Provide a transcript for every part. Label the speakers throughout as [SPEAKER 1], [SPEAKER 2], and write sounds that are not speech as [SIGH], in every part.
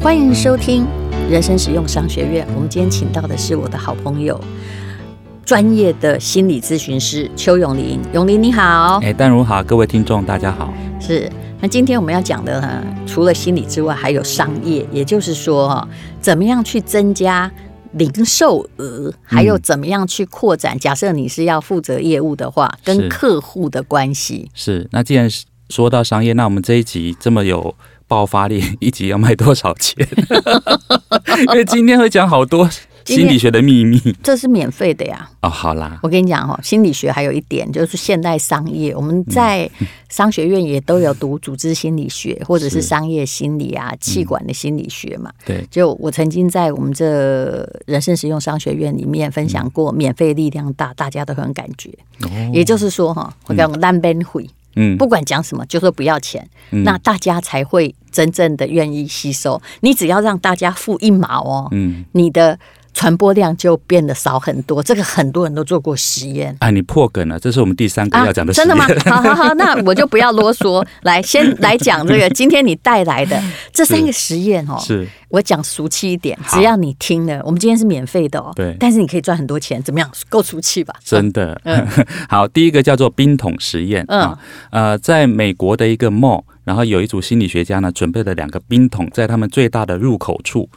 [SPEAKER 1] 欢迎收听人生实用商学院。我们今天请到的是我的好朋友，专业的心理咨询师邱永林。永林你好，
[SPEAKER 2] 哎，丹如好，各位听众大家好。
[SPEAKER 1] 是。那今天我们要讲的呢，除了心理之外，还有商业，也就是说哈，怎么样去增加零售额，还有怎么样去扩展。假设你是要负责业务的话，跟
[SPEAKER 2] 是
[SPEAKER 1] 客户的关系。
[SPEAKER 2] 是，那既然是说到商业，那我们这一集这么有爆发力， [LAUGHS] 一集要卖多少钱？ [LAUGHS] 因为今天会讲好多
[SPEAKER 1] 今天
[SPEAKER 2] 心理学的秘密
[SPEAKER 1] 这是免费的呀！
[SPEAKER 2] 哦。好啦，
[SPEAKER 1] 我跟你讲哦，心理学还有一点就是现代商业，我们在
[SPEAKER 2] 嗯
[SPEAKER 1] 商学院也都有读组织心理学或者是
[SPEAKER 2] 是嗯
[SPEAKER 1] 商业心理啊、气管的心理学嘛。
[SPEAKER 2] 对，
[SPEAKER 1] 就我曾经在我们这人生实用商学院里面分享过，免费力量大，大家都很感觉。
[SPEAKER 2] 哦，
[SPEAKER 1] 也就是说哈，我讲烂边会，
[SPEAKER 2] 嗯
[SPEAKER 1] 不管讲什么，就说不要钱，
[SPEAKER 2] 嗯
[SPEAKER 1] 那大家才会真正的愿意吸收。你只要让大家付一毛哦，
[SPEAKER 2] 嗯，
[SPEAKER 1] 你的传播量就变得少很多。这个很多人都做过实验。
[SPEAKER 2] 啊，你破梗了，这是我们第三个要讲的、
[SPEAKER 1] 啊真的吗？？好好好，那我就不要啰嗦，来先来讲
[SPEAKER 2] [LAUGHS]
[SPEAKER 1] 这个今天你带来的这三个实验哦。
[SPEAKER 2] [LAUGHS] 是，
[SPEAKER 1] 我讲俗气一点，
[SPEAKER 2] 好
[SPEAKER 1] 只要你听了，我们今天是免费的哦。
[SPEAKER 2] 对
[SPEAKER 1] 但是你可以赚很多钱，怎么样？够俗气吧？
[SPEAKER 2] 真的。 [LAUGHS] 好，第一个叫做冰桶实验。
[SPEAKER 1] 嗯
[SPEAKER 2] 啊，呃，在美国的一个 mall，然后有一组心理学家呢，准备了两个冰桶在他们最大的入口处。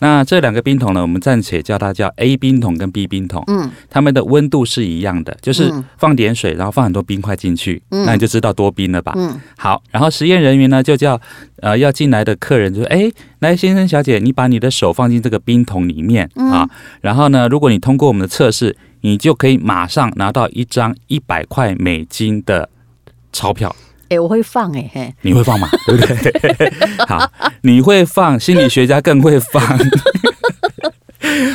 [SPEAKER 2] 那这两个冰桶呢，我们暂且叫它叫 A 冰桶跟 B 冰桶。
[SPEAKER 1] 嗯，
[SPEAKER 2] 它们的温度是一样的，就是
[SPEAKER 1] 嗯
[SPEAKER 2] 放点水，然后放很多冰块进去，
[SPEAKER 1] 嗯
[SPEAKER 2] 那你就知道多冰了吧？
[SPEAKER 1] 嗯，
[SPEAKER 2] 好，然后实验人员呢就叫呃要进来的客人就说，哎，来先生小姐，你把你的手放进这个冰桶里面、
[SPEAKER 1] 嗯
[SPEAKER 2] 啊，然后呢，如果你通过我们的测试，你就可以马上拿到一张一百块美金的钞票。
[SPEAKER 1] 哎、我会放哎、嘿，
[SPEAKER 2] 你会放
[SPEAKER 1] [LAUGHS]
[SPEAKER 2] 吗？对不对？ [LAUGHS] 好，你会放，心理学家更
[SPEAKER 1] [LAUGHS]
[SPEAKER 2] 会放。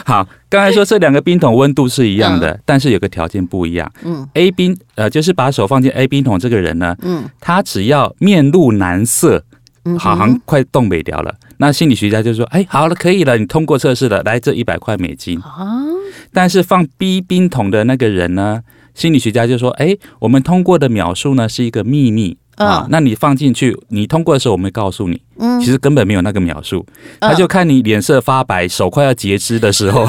[SPEAKER 2] 好，刚才说这两个冰桶温度是一样的，但是有个条件不一样。
[SPEAKER 1] 嗯
[SPEAKER 2] ，A 冰呃，就是把手放进 A 冰桶这个人呢，
[SPEAKER 1] 嗯
[SPEAKER 2] 他只要面露难色，
[SPEAKER 1] 嗯
[SPEAKER 2] 好
[SPEAKER 1] 哼
[SPEAKER 2] 像快冻北掉了。那心理学家就说：“哎，好了，可以了，你通过测试了，来这一百块美金。
[SPEAKER 1] 啊，”
[SPEAKER 2] 但是放 B 冰桶的那个人呢，心理学家就说：“哎，我们通过的秒数呢是一个秘密啊
[SPEAKER 1] 嗯，
[SPEAKER 2] 那你放进去，你通过的时候我们会告诉你，
[SPEAKER 1] 嗯
[SPEAKER 2] 其实根本没有那个秒数。
[SPEAKER 1] 嗯
[SPEAKER 2] 他就看你脸色发白，手快要截肢的时
[SPEAKER 1] [LAUGHS]
[SPEAKER 2] 候。”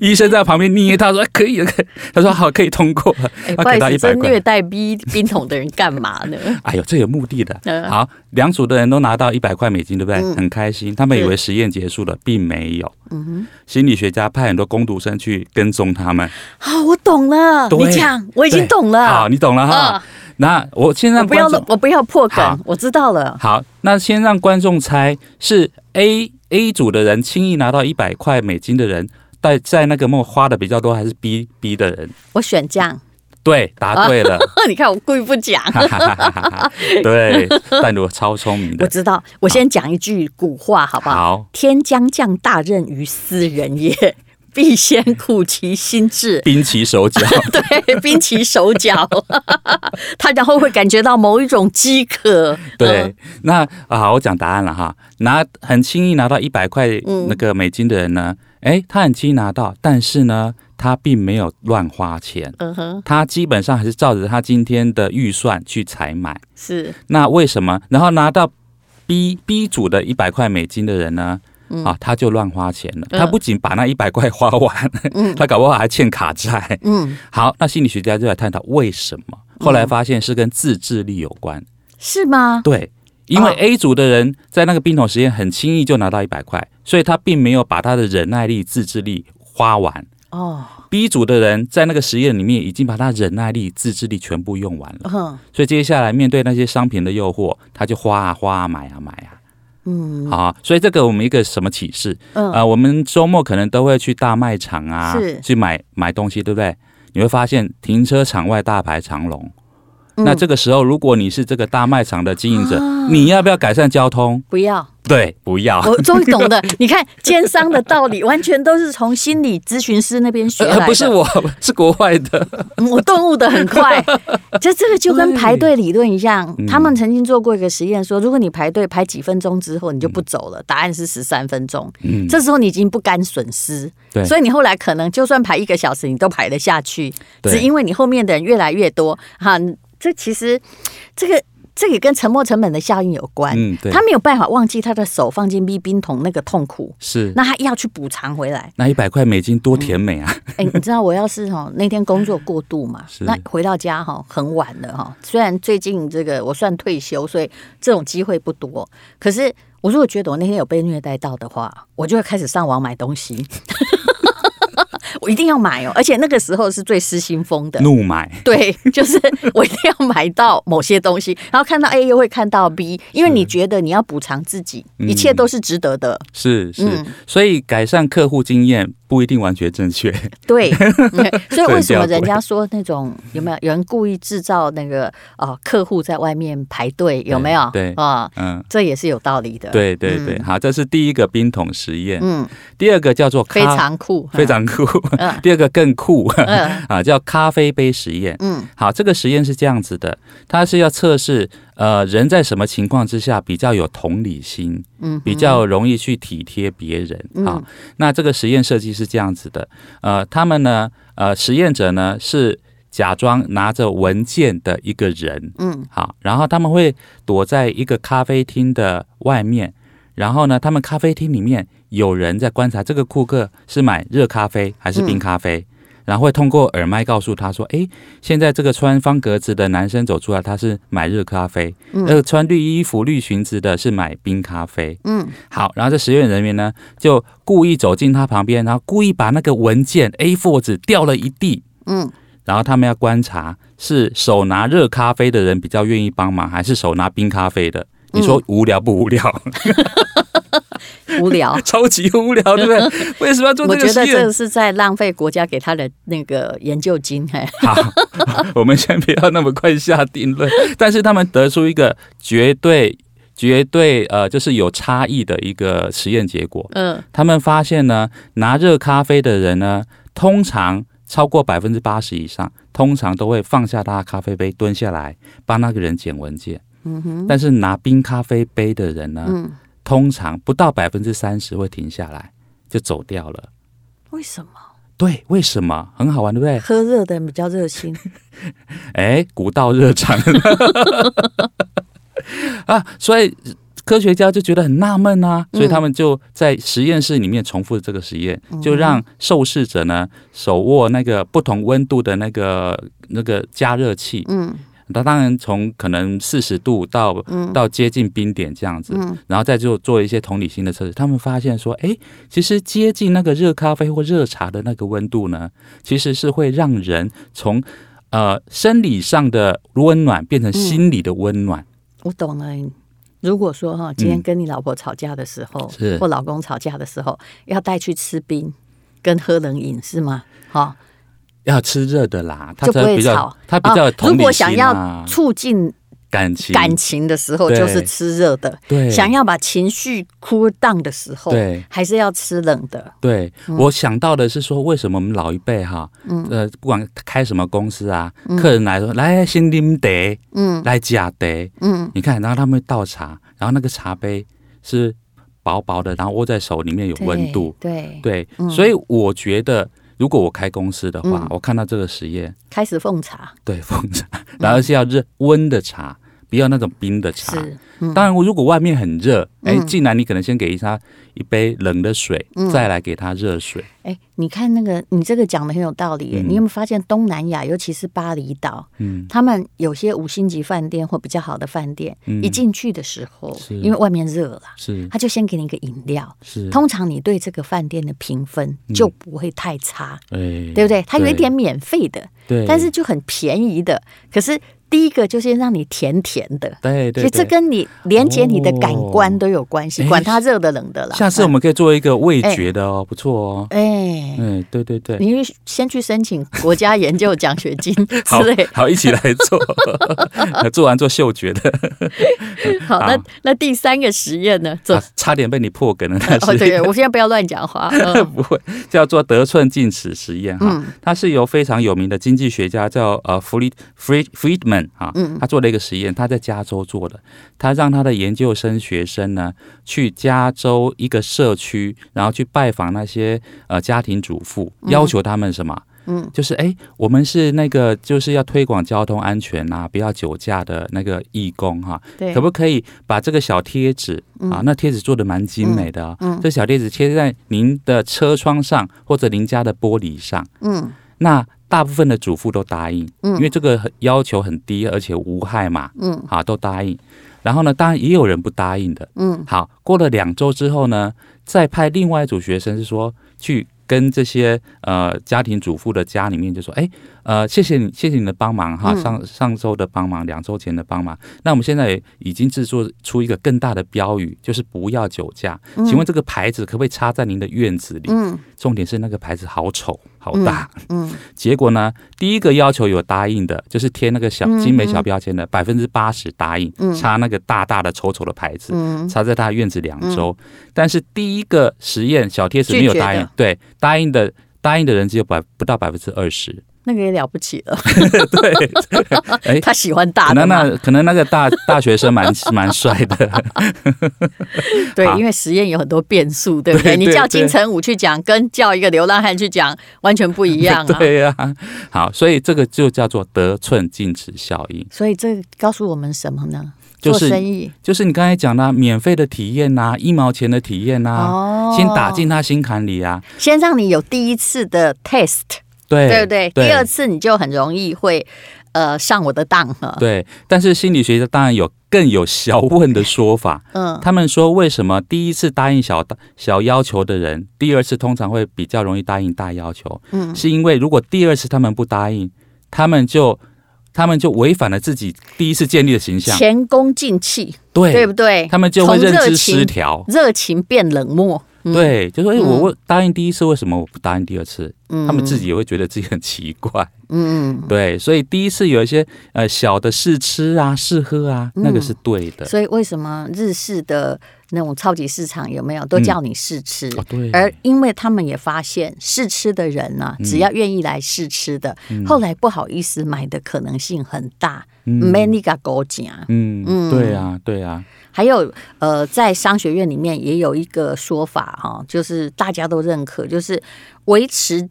[SPEAKER 2] 医生在旁边捏他说哎：“可以了，可以。”他说：“好，可以通过了。
[SPEAKER 1] 哎、
[SPEAKER 2] 他
[SPEAKER 1] 不好意
[SPEAKER 2] 给他
[SPEAKER 1] 思，
[SPEAKER 2] 一
[SPEAKER 1] 这
[SPEAKER 2] 百块。
[SPEAKER 1] 虐待逼冰桶的人干嘛 [LAUGHS] 呢？
[SPEAKER 2] 哎呦，这有目的的。
[SPEAKER 1] 嗯
[SPEAKER 2] 好，两组的人都拿到一百块美金，对不对？
[SPEAKER 1] 嗯
[SPEAKER 2] 很开心，他们以
[SPEAKER 1] 是
[SPEAKER 2] 为实验结束了，并没有。
[SPEAKER 1] 嗯
[SPEAKER 2] 心理学家派很多工读生去跟踪他们。
[SPEAKER 1] 哼，好、啊我懂了，
[SPEAKER 2] 对啊
[SPEAKER 1] 你讲，我已经懂了。啊嗯
[SPEAKER 2] 好，你懂了哈。那我先
[SPEAKER 1] 我
[SPEAKER 2] 让
[SPEAKER 1] 不要
[SPEAKER 2] 观众，
[SPEAKER 1] 我不要破梗
[SPEAKER 2] 好，
[SPEAKER 1] 我知道了。
[SPEAKER 2] 好，那先让观众猜是 A A 组的人轻易拿到一百块美金的人，在在那个梦花的比较多，还是 B B 的人？
[SPEAKER 1] 我选这样，
[SPEAKER 2] 对，答对了，
[SPEAKER 1] [LAUGHS] 你看我故意不讲。
[SPEAKER 2] 哈哈哈哈哈哈。 [LAUGHS] 对，但我超聪明
[SPEAKER 1] 啊 [LAUGHS] 我
[SPEAKER 2] 的。
[SPEAKER 1] 知道，我先讲一句古话，好不好？
[SPEAKER 2] 好，
[SPEAKER 1] 天将降大任于斯人也，必先苦其心
[SPEAKER 2] [LAUGHS]
[SPEAKER 1] 志。
[SPEAKER 2] 兵棋手脚。
[SPEAKER 1] 对，兵其手脚， [LAUGHS] 他然后会感觉到某一种饥渴。 [LAUGHS]
[SPEAKER 2] 对，那啊，我讲答案了哈。拿很轻易拿到一百块那个美金的人呢，诶，他很轻易拿到，但是呢，他并没有乱花钱，
[SPEAKER 1] 嗯，嗯哼，
[SPEAKER 2] 他基本上还是照着他今天的预算去采买。
[SPEAKER 1] 是
[SPEAKER 2] 那为什么？然后拿到 B B 组的一百块美金的人呢？啊，他就乱花钱了。
[SPEAKER 1] 嗯
[SPEAKER 2] 他不仅把那一百块花完， [LAUGHS] 他搞不好还欠卡债。
[SPEAKER 1] 嗯，
[SPEAKER 2] 好，那心理学家就来探讨为什么。后来发现是跟自制力有关。
[SPEAKER 1] 是吗？
[SPEAKER 2] 对，因为
[SPEAKER 1] 哦
[SPEAKER 2] A 组的人在那个冰桶实验很轻易就拿到一百块，所以他并没有把他的忍耐力、自制力花完。
[SPEAKER 1] 哦，
[SPEAKER 2] B 组的人在那个实验里面已经把他忍耐力、自制力全部用完了，
[SPEAKER 1] 嗯
[SPEAKER 2] 所以接下来面对那些商品的诱惑，他就花啊花啊买啊买啊。
[SPEAKER 1] 嗯
[SPEAKER 2] 好啊、所以这个我们一个什么启示？
[SPEAKER 1] 嗯，
[SPEAKER 2] 呃，我们周末可能都会去大卖场啊
[SPEAKER 1] 是，
[SPEAKER 2] 去买买东西，对不对？你会发现停车场外大排长龙。
[SPEAKER 1] 嗯
[SPEAKER 2] 那这个时候，如果你是这个大卖场的经营者，你要不要改善交通？
[SPEAKER 1] 不
[SPEAKER 2] [LAUGHS]
[SPEAKER 1] 要，
[SPEAKER 2] 对，不要。
[SPEAKER 1] 啊我终于懂了。你看奸商的道理，完全都是从心理咨询师那边学来的。
[SPEAKER 2] 呃不是我， [LAUGHS] 是国外的。
[SPEAKER 1] 嗯我顿悟的很
[SPEAKER 2] [LAUGHS]
[SPEAKER 1] 快，这这个就跟排队理论一样。
[SPEAKER 2] 嗯
[SPEAKER 1] 他们曾经做过一个实验说，如果你排队排几分钟之后，你就不走了，答案是十三分钟。[LAUGHS]
[SPEAKER 2] 嗯，
[SPEAKER 1] 这时候你已经不甘损失，
[SPEAKER 2] 对
[SPEAKER 1] 所以你后来可能就算排一个小时，你都排得下去，
[SPEAKER 2] 对
[SPEAKER 1] 只因为你后面的人越来越多哈。这其实这个这个跟沉没成本的效应有关。
[SPEAKER 2] 嗯，对，
[SPEAKER 1] 他没有办法忘记他的手放进密冰桶那个痛苦，
[SPEAKER 2] 是
[SPEAKER 1] 那他要去补偿回来。
[SPEAKER 2] 那一百块美金多甜美啊！
[SPEAKER 1] 哎、你知道我要是哦那天工作过度嘛，
[SPEAKER 2] 是
[SPEAKER 1] 那回到家哈很晚了哈。虽然最近这个我算退休，所以这种机会不多，可是我如果觉得我那天有被虐待到的话，我就会开始上网买东西。 [LAUGHS] 我一定要买哦，而且那个时候是最失心疯的。
[SPEAKER 2] 怒买
[SPEAKER 1] 对， [LAUGHS] 就是我一定要买到某些东西，然后看到 A 又会看到 B，因为你觉得你要补偿自己，一切都是值得的。
[SPEAKER 2] 是是、
[SPEAKER 1] 嗯
[SPEAKER 2] 所以改善客户经验不一定完全正确。 [LAUGHS]
[SPEAKER 1] 对，嗯所以为什么
[SPEAKER 2] 这很吊诡
[SPEAKER 1] 人家说那种有没有有人故意制造那个呃客户在外面排队有没有？
[SPEAKER 2] 对对
[SPEAKER 1] 啊、
[SPEAKER 2] 嗯，
[SPEAKER 1] 这也是有道理的。，
[SPEAKER 2] 对对对，好，这是第一个冰桶实验。
[SPEAKER 1] 呃嗯，
[SPEAKER 2] 第二个叫做咖
[SPEAKER 1] 非常酷，
[SPEAKER 2] 非常酷，
[SPEAKER 1] 嗯
[SPEAKER 2] [LAUGHS] 第二个更酷
[SPEAKER 1] 嗯
[SPEAKER 2] 啊，叫咖啡杯实验。
[SPEAKER 1] 嗯
[SPEAKER 2] 好，这个实验是这样子的，它是要测试呃人在什么情况之下比较有同理心，
[SPEAKER 1] 嗯，
[SPEAKER 2] 比较容易去体贴别人啊、好那这个实验设计是这样子的，呃，他们呢，呃，实验者呢是假装拿着文件的一个人，
[SPEAKER 1] 嗯，
[SPEAKER 2] 好，然后他们会躲在一个咖啡厅的外面，然后呢，他们咖啡厅里面有人在观察这个顾客是买热咖啡还
[SPEAKER 1] 嗯
[SPEAKER 2] 是冰咖啡。然后会通过耳麦告诉他说：“诶，现在这个穿方格子的男生走出来，他是买热咖啡；
[SPEAKER 1] 嗯
[SPEAKER 2] 那、个穿绿衣服、绿裙子的是买冰咖啡。”
[SPEAKER 1] 嗯，
[SPEAKER 2] 好，然后这实验人员呢，就故意走进他旁边，然后故意把那个文件 A4 纸掉了一地。
[SPEAKER 1] 嗯，
[SPEAKER 2] 然后他们要观察是手拿热咖啡的人比较愿意帮忙，还是手拿冰咖啡的？你
[SPEAKER 1] 嗯
[SPEAKER 2] 说无聊不无聊？ [LAUGHS]
[SPEAKER 1] 无聊。
[SPEAKER 2] 超级无聊，对
[SPEAKER 1] [LAUGHS]
[SPEAKER 2] 不对？为什么要做
[SPEAKER 1] 我
[SPEAKER 2] 这
[SPEAKER 1] 觉
[SPEAKER 2] 个实
[SPEAKER 1] 得这
[SPEAKER 2] 验？
[SPEAKER 1] 是在浪费国家给他的那个研究金，
[SPEAKER 2] [LAUGHS]
[SPEAKER 1] 嘿，
[SPEAKER 2] 好， [LAUGHS] 我们先不要那么快下定 [LAUGHS] 论。但是他们得出一个绝对、绝对呃，就是有差异的一个实验结果。
[SPEAKER 1] 嗯，
[SPEAKER 2] 他们发现呢，拿热咖啡的人呢，通常超过百分之八十以上，通常都会放下他的咖啡杯，蹲下来帮那个人捡文件。嗯哼，但是拿冰咖啡杯的人呢，
[SPEAKER 1] 嗯
[SPEAKER 2] 通常不到百分之三十会停下来就走掉了。
[SPEAKER 1] 为什么
[SPEAKER 2] 对，为什么？很好玩，对不对？
[SPEAKER 1] 喝热的人比较热心？
[SPEAKER 2] 哎，古道热肠 [LAUGHS] 啊，所以科学家就觉得很纳闷啊，所以他们就在实验室里面重复这个实验，就让受试者呢手握那个不同温度的那个那个加热器，
[SPEAKER 1] 嗯，
[SPEAKER 2] 那当然从可能四十度到到接近冰点这样子，然后再就做一些同理心的测试，他们发现说，哎，其实接近那个热咖啡或热茶的那个温度呢，其实是会让人从呃生理上的温暖变成心理的温暖。
[SPEAKER 1] 我懂了。如果说哈，今天跟你老婆吵架的时候，
[SPEAKER 2] 嗯是
[SPEAKER 1] 或老公吵架的时候，要带去吃冰跟喝冷饮是吗？哈、
[SPEAKER 2] 要吃热的啦，它
[SPEAKER 1] 就不
[SPEAKER 2] 才
[SPEAKER 1] 会
[SPEAKER 2] 比较
[SPEAKER 1] 吵，哦
[SPEAKER 2] 它比较有
[SPEAKER 1] 如
[SPEAKER 2] 同
[SPEAKER 1] 果
[SPEAKER 2] 理
[SPEAKER 1] 想
[SPEAKER 2] 心
[SPEAKER 1] 要
[SPEAKER 2] 啊，
[SPEAKER 1] 促进
[SPEAKER 2] 感情，
[SPEAKER 1] 感情的时候，
[SPEAKER 2] 对
[SPEAKER 1] 就是吃热的；
[SPEAKER 2] 对，
[SPEAKER 1] 想要把情绪 cool down 的时候，
[SPEAKER 2] 对
[SPEAKER 1] 还是要吃冷的。
[SPEAKER 2] 对、
[SPEAKER 1] 嗯
[SPEAKER 2] 我想到的是说，为什么我们老一辈哈，呃，不管开什么公司啊，客人来说来先啉茶，
[SPEAKER 1] 嗯
[SPEAKER 2] 来假茶，
[SPEAKER 1] 嗯，
[SPEAKER 2] 你看，然后他们会倒茶，然后那个茶杯是薄薄的，然后握在手里面有
[SPEAKER 1] 对
[SPEAKER 2] 温度，
[SPEAKER 1] 对，嗯
[SPEAKER 2] 对，所以我觉得如果我开公司的话，我看到这个实验，
[SPEAKER 1] 开始奉茶
[SPEAKER 2] 对，奉茶， [LAUGHS] 然后是要热温的茶，不要那种冰的茶。
[SPEAKER 1] 是嗯
[SPEAKER 2] 当然，如果外面很热，哎、进来你可能先给他一杯冷的水，
[SPEAKER 1] 嗯
[SPEAKER 2] 再来给他热水。
[SPEAKER 1] 哎，你看那个，你这个讲的很有道理耶。你有没有发现东南亚，尤其是巴厘岛，
[SPEAKER 2] 嗯，
[SPEAKER 1] 他们有些五星级饭店或比较好的饭店，一进去的时候，因为外面热了，
[SPEAKER 2] 嗯是
[SPEAKER 1] 他就先给你一个饮料。
[SPEAKER 2] 是，嗯
[SPEAKER 1] 通常你对这个饭店的评分就不会太差，
[SPEAKER 2] 哎，
[SPEAKER 1] 对不对？它有一点免费的，
[SPEAKER 2] 对，
[SPEAKER 1] 但是就很便宜的。可是第一个就是让你甜甜的，
[SPEAKER 2] 对对
[SPEAKER 1] 所以这
[SPEAKER 2] 对
[SPEAKER 1] 跟你连接你的感官都有关系，
[SPEAKER 2] 哦
[SPEAKER 1] 管它热的冷的啦。
[SPEAKER 2] 下次我们可以做一个味觉的哦，不错哦。
[SPEAKER 1] 哎。
[SPEAKER 2] 嗯，对对对，
[SPEAKER 1] 你去先去申请国家研究奖学金
[SPEAKER 2] [LAUGHS] 好
[SPEAKER 1] 之类。
[SPEAKER 2] 好一起来 [LAUGHS] 做，做完做嗅觉的，
[SPEAKER 1] 好，
[SPEAKER 2] 好
[SPEAKER 1] 那那第三个实验呢？做
[SPEAKER 2] 啊差点被你破梗了，但
[SPEAKER 1] 哦，
[SPEAKER 2] 是
[SPEAKER 1] 对，我现在不要乱讲
[SPEAKER 2] [LAUGHS]
[SPEAKER 1] 话。嗯
[SPEAKER 2] 不会叫做得寸进尺实验哈，它是由非常有名的经济学家叫呃弗里弗里弗里德曼哈，他做了一个实验，他在加州做的，他让他的研究生学生呢去加州一个社区，然后去拜访那些呃家庭主妇，要求他们什么？
[SPEAKER 1] 嗯，
[SPEAKER 2] 就是哎，我们是那个就是要推广交通安全啊，不要酒驾的那个义工哈、
[SPEAKER 1] 对，
[SPEAKER 2] 可不可以把这个小贴纸、啊，那贴纸做的蛮精美的啊、
[SPEAKER 1] 嗯
[SPEAKER 2] 这小贴纸贴在您的车窗上或者您家的玻璃上，
[SPEAKER 1] 嗯
[SPEAKER 2] 那大部分的主妇都答应，
[SPEAKER 1] 嗯
[SPEAKER 2] 因为这个很要求很低，而且无害嘛，
[SPEAKER 1] 嗯
[SPEAKER 2] 好、都答应。然后呢，当然也有人不答应的，
[SPEAKER 1] 嗯
[SPEAKER 2] 好，过了两周之后呢，再派另外一组学生是说去跟这些呃家庭主妇的家里面就说，哎，呃，谢谢你，谢谢你的帮忙哈，
[SPEAKER 1] 嗯
[SPEAKER 2] 上上周的帮忙，两周前的帮忙，那我们现在也已经制作出一个更大的标语，就是不要酒驾。请问这个牌子可不可以插在您的院子里？
[SPEAKER 1] 嗯
[SPEAKER 2] 重点是那个牌子好丑，好大。
[SPEAKER 1] 嗯
[SPEAKER 2] 结果呢，第一个要求有答应的，就是贴那个小精美小标签的，百分之八十答应
[SPEAKER 1] 嗯
[SPEAKER 2] 插那个大大的丑丑的牌子。
[SPEAKER 1] 嗯，
[SPEAKER 2] 插在他的院子两周，但是第一个实验小贴纸没有答
[SPEAKER 1] 拒绝
[SPEAKER 2] 应
[SPEAKER 1] 的，
[SPEAKER 2] 对答应的答应的人只有百不到百分之二十，
[SPEAKER 1] 那个也了不起了，
[SPEAKER 2] [LAUGHS] 对，
[SPEAKER 1] [LAUGHS]
[SPEAKER 2] 哎
[SPEAKER 1] 他喜欢
[SPEAKER 2] 可
[SPEAKER 1] 大的
[SPEAKER 2] 能
[SPEAKER 1] 嘛，
[SPEAKER 2] 那可能那个大大学生蛮蛮帅的，
[SPEAKER 1] 对
[SPEAKER 2] 好，
[SPEAKER 1] 因为实验有很多变数，对不
[SPEAKER 2] 对
[SPEAKER 1] 对？
[SPEAKER 2] 对
[SPEAKER 1] 你叫金城武去讲，跟叫一个流浪汉去讲，完全不一样啊。
[SPEAKER 2] [LAUGHS] 对呀、好，所以这个就叫做得寸进尺效应，
[SPEAKER 1] 所以这告诉我们什么呢？
[SPEAKER 2] 就
[SPEAKER 1] 做
[SPEAKER 2] 是
[SPEAKER 1] 生意
[SPEAKER 2] 就是你刚才讲的啊、免费的体验呐、一毛钱的体验呐、
[SPEAKER 1] 哦
[SPEAKER 2] 先打，进他心坎里啊，
[SPEAKER 1] 先让你有第一次的 test，
[SPEAKER 2] 哎对
[SPEAKER 1] 对不对？第二次你就很容易会呃上我的当了。
[SPEAKER 2] 对，但是心理学家当然有更有小问的说法。
[SPEAKER 1] 嗯
[SPEAKER 2] 他们说，为什么第一次答应小小要求的人，第二次通常会比较容易答应大要求？
[SPEAKER 1] 嗯，
[SPEAKER 2] 是因为如果第二次他们不答应，他们就他们就违反了自己第一次建立的形象，
[SPEAKER 1] 前功尽弃，
[SPEAKER 2] 对，
[SPEAKER 1] 对不对？
[SPEAKER 2] 他们就会
[SPEAKER 1] 从
[SPEAKER 2] 认
[SPEAKER 1] 热
[SPEAKER 2] 知
[SPEAKER 1] 情
[SPEAKER 2] 失调。
[SPEAKER 1] 热情变冷漠，嗯，
[SPEAKER 2] 对，就说哎、
[SPEAKER 1] 嗯
[SPEAKER 2] 我问答应第一次，为什么我不答应第二次？
[SPEAKER 1] 他
[SPEAKER 2] 他们自己也会觉得自己很奇怪。
[SPEAKER 1] 嗯。
[SPEAKER 2] 对，所以第一次有一些呃小的试吃啊、试喝啊，那个是对
[SPEAKER 1] 嗯
[SPEAKER 2] 的。
[SPEAKER 1] 所以为什么日式的那种超级市场有没有
[SPEAKER 2] 嗯
[SPEAKER 1] 都叫你试吃？
[SPEAKER 2] 哦，对，嗯
[SPEAKER 1] 而因为他们也发现试吃的人呢、只要愿意来试吃的，后来不好意思买的可能性很大。没你个狗讲。
[SPEAKER 2] 嗯，
[SPEAKER 1] 嗯
[SPEAKER 2] 对啊，对啊，
[SPEAKER 1] 还有呃，在商学院里面也有一个说法哈、就是大家都认可，就是维持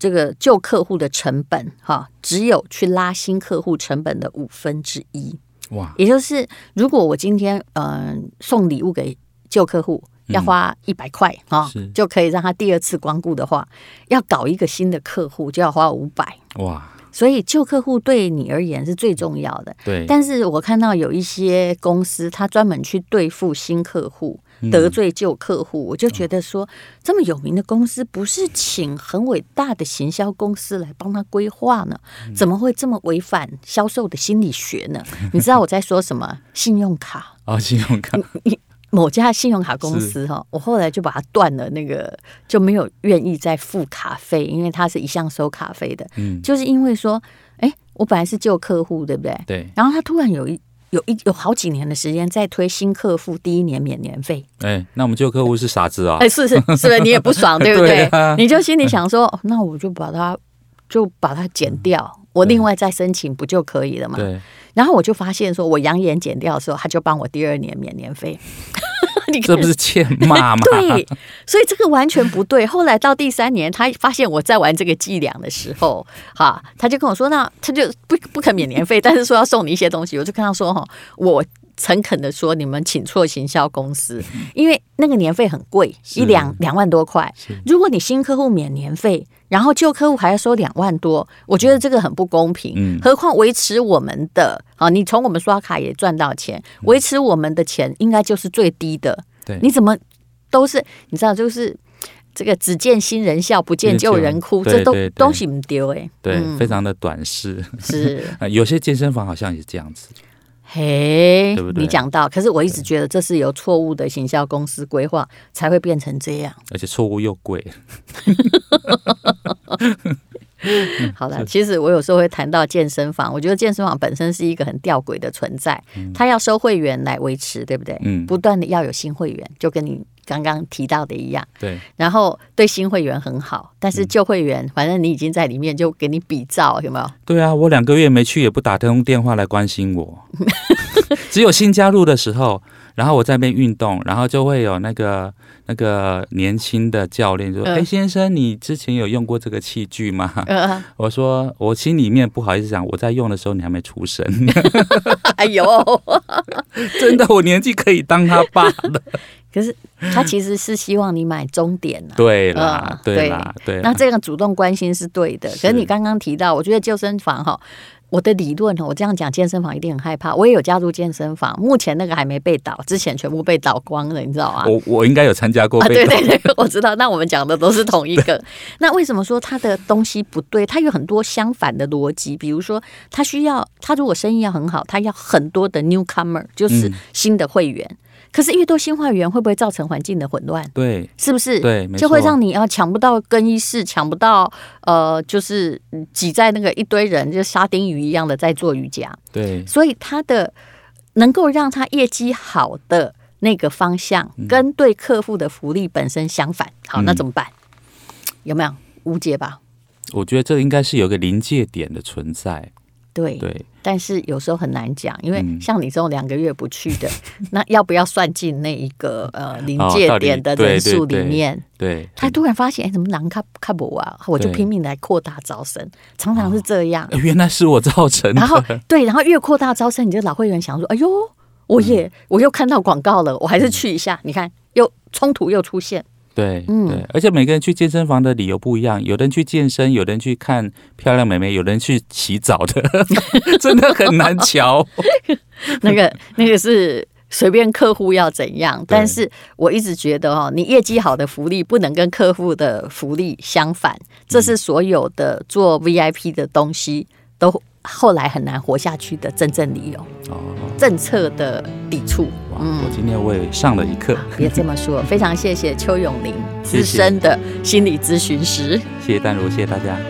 [SPEAKER 1] 这个旧客户的成本哈、只有去拉新客户成本的五分之一。
[SPEAKER 2] 哇，
[SPEAKER 1] 也就是如果我今天嗯、呃送礼物给旧客户。要花一百块啊
[SPEAKER 2] 是，
[SPEAKER 1] 就可以让他第二次光顾的话，要搞一个新的客户就要花五百，
[SPEAKER 2] 哇，
[SPEAKER 1] 所以旧客户对你而言是最重要的。
[SPEAKER 2] 对，
[SPEAKER 1] 但是我看到有一些公司，他专门去对付新客户，
[SPEAKER 2] 嗯
[SPEAKER 1] 得罪旧客户，我就觉得
[SPEAKER 2] 哦
[SPEAKER 1] 说，这么有名的公司，不是请很伟大的行销公司来帮他规划呢？
[SPEAKER 2] 嗯
[SPEAKER 1] 怎么会这么违反销售的心理学呢？你知道我在说什
[SPEAKER 2] [LAUGHS]
[SPEAKER 1] 么？信用卡。
[SPEAKER 2] 哦，信用
[SPEAKER 1] 嗯
[SPEAKER 2] 卡，
[SPEAKER 1] 某家信用卡公司哈，我后来就把它断了，那个就没有愿意再付卡费，因为它是一项收卡费的，
[SPEAKER 2] 嗯，
[SPEAKER 1] 就是因为说，哎，我本来是旧客户，对不对？
[SPEAKER 2] 对，
[SPEAKER 1] 然后他突然有一有一有好几年的时间在推新客户第一年免年费，
[SPEAKER 2] 哎，那我们旧客户是傻子啊、
[SPEAKER 1] 哎，是不是是不是你也不
[SPEAKER 2] [LAUGHS]
[SPEAKER 1] 爽，对不对？
[SPEAKER 2] 对啊
[SPEAKER 1] 你就心里想说，哦那我就把它就把它减掉，我另外再申请不就可以了嘛？
[SPEAKER 2] 嗯对，
[SPEAKER 1] 然后我就发现说，我扬言减掉的时候，他就帮我第二年免年费。 [LAUGHS] 你看
[SPEAKER 2] 这不是欠骂吗？
[SPEAKER 1] [LAUGHS] 对，所以这个完全不对。后来到第三年，他发现我在玩这个伎俩的时候，哈，他就跟我说，那他就不不肯免年费，但是说要送你一些东西。我就跟他说，哈，我诚恳的说，你们请错行销公司，因为那个年费很贵，
[SPEAKER 2] 嗯是
[SPEAKER 1] 一两两万多块
[SPEAKER 2] 是。
[SPEAKER 1] 如果你新客户免年费，然后旧客户还要收两万多，我觉得这个很不公平。
[SPEAKER 2] 嗯
[SPEAKER 1] 何况维持我们的啊，你从我们刷卡也赚到钱，维持我们的钱应该就是最低的。
[SPEAKER 2] 嗯对
[SPEAKER 1] 你怎么都是你知道，就是这个只见新人笑，不见旧人哭，
[SPEAKER 2] 对
[SPEAKER 1] 这都
[SPEAKER 2] 对对
[SPEAKER 1] 东西不丢哎，
[SPEAKER 2] [LAUGHS] 对，
[SPEAKER 1] 嗯
[SPEAKER 2] 非常的短视。 [LAUGHS]
[SPEAKER 1] 是
[SPEAKER 2] 呃有些健身房好像也这样子，
[SPEAKER 1] 嘿
[SPEAKER 2] 对不，对
[SPEAKER 1] 你讲到，可是我一直觉得这是由错误的行销公司规划才会变成这样。
[SPEAKER 2] 而且错误又贵。嗯
[SPEAKER 1] 好了，其实我有时候会谈到健身房，我觉得健身房本身是一个很吊诡的存在，它要收会员来维持，对不对？
[SPEAKER 2] 嗯
[SPEAKER 1] 不断的要有新会员，就跟你刚刚提到的一样。
[SPEAKER 2] 对，
[SPEAKER 1] 然后对新会员很好，但
[SPEAKER 2] 嗯
[SPEAKER 1] 是旧会员，反正你已经在里面，就给你比照，有没
[SPEAKER 2] [LAUGHS]
[SPEAKER 1] 有？ [LAUGHS]
[SPEAKER 2] 对啊，我
[SPEAKER 1] [LAUGHS]
[SPEAKER 2] 两个月没去，也不打通电话来关心我，只有新加入的时候。然后我在那边运动，然后就会有那个那个年轻的教练就说：“哎、
[SPEAKER 1] 嗯
[SPEAKER 2] 先生，你之前有用过这个器具吗？”
[SPEAKER 1] 呃，
[SPEAKER 2] 我说：“我心里面不好意思讲，我在用的时候你还没出生，
[SPEAKER 1] [LAUGHS] 哎呦，
[SPEAKER 2] 真的，我年纪可以当他爸
[SPEAKER 1] [LAUGHS]
[SPEAKER 2] 了。
[SPEAKER 1] 可是他其实是希望你买终点”呐、
[SPEAKER 2] 对啦
[SPEAKER 1] 嗯，
[SPEAKER 2] 对啦，对
[SPEAKER 1] 那
[SPEAKER 2] 啦，
[SPEAKER 1] 这样主动关心是对的。可是
[SPEAKER 2] 是
[SPEAKER 1] 你刚刚提到，我觉得健身房哈，我的理论哈，我这样讲健身房一定很害怕。我也有加入健身房，目前那个还没被倒，之前全部被倒光了，你知道吗？
[SPEAKER 2] 我我应该有参加过
[SPEAKER 1] 啊，
[SPEAKER 2] 被
[SPEAKER 1] 对对对，我知道。那我们讲的都是同一个。那为什么说他的东西不对？他有很多相反的逻辑，比如说他需要，他如果生意要很好，他要很多的 newcomer，就是
[SPEAKER 2] 嗯
[SPEAKER 1] 新的会员。可是越多新会员，会不会造成环境的混乱？
[SPEAKER 2] 对
[SPEAKER 1] 是不是？
[SPEAKER 2] 对，没
[SPEAKER 1] 就会
[SPEAKER 2] 错
[SPEAKER 1] 让你要抢不到更衣室，抢不到呃，就是嗯挤在那个一堆人，就沙丁鱼一样的在做瑜伽。
[SPEAKER 2] 对
[SPEAKER 1] 所以他的能够让他业绩好的那个方向，跟对客户的福利本身相反。好，那
[SPEAKER 2] 嗯
[SPEAKER 1] 怎么办？有没有无解吧？
[SPEAKER 2] 我觉得这应该是有个临界点的存在，
[SPEAKER 1] 对，
[SPEAKER 2] 对，
[SPEAKER 1] 但是有时候很难讲，因为
[SPEAKER 2] 嗯
[SPEAKER 1] 像你这种两个月不去
[SPEAKER 2] [LAUGHS]
[SPEAKER 1] 的，那要不要算进那一个呃临
[SPEAKER 2] 哦
[SPEAKER 1] 界
[SPEAKER 2] 到底
[SPEAKER 1] 点的
[SPEAKER 2] 对
[SPEAKER 1] 人
[SPEAKER 2] 对
[SPEAKER 1] 数里
[SPEAKER 2] 对
[SPEAKER 1] 面？
[SPEAKER 2] 对，
[SPEAKER 1] 他突然发现，哎，怎么难看看不啊？我就
[SPEAKER 2] 对
[SPEAKER 1] 拼命来扩大招生，常常是这样。
[SPEAKER 2] 呃原来是我造成的，
[SPEAKER 1] 然后对，然后越扩大招生，你就老会员想说，哎呦，我
[SPEAKER 2] 嗯
[SPEAKER 1] 也、我又看到广告了，我还是去一下。你看，又冲突又出现，
[SPEAKER 2] 对，
[SPEAKER 1] 嗯
[SPEAKER 2] 对，而且每个人去健身房的理由不一样，有的人去健身，有的人去看漂亮美眉，有的人去洗澡的， [LAUGHS] 真的很难瞧。
[SPEAKER 1] 那个那个是。随便客户要怎样，但是我一直觉得哦，你业绩好的福利不能跟客户的福利相反，
[SPEAKER 2] 嗯
[SPEAKER 1] 这是所有的做 VIP 的东西都后来很难活下去的真正理由，
[SPEAKER 2] [LAUGHS] 哦，
[SPEAKER 1] 政策的抵触。
[SPEAKER 2] 哇，
[SPEAKER 1] 嗯
[SPEAKER 2] 我今天我也上了一课，
[SPEAKER 1] 别这么说，非常谢谢邱永林资
[SPEAKER 2] 谢谢
[SPEAKER 1] 深的心理咨询师。
[SPEAKER 2] 谢谢丹如，谢谢大家。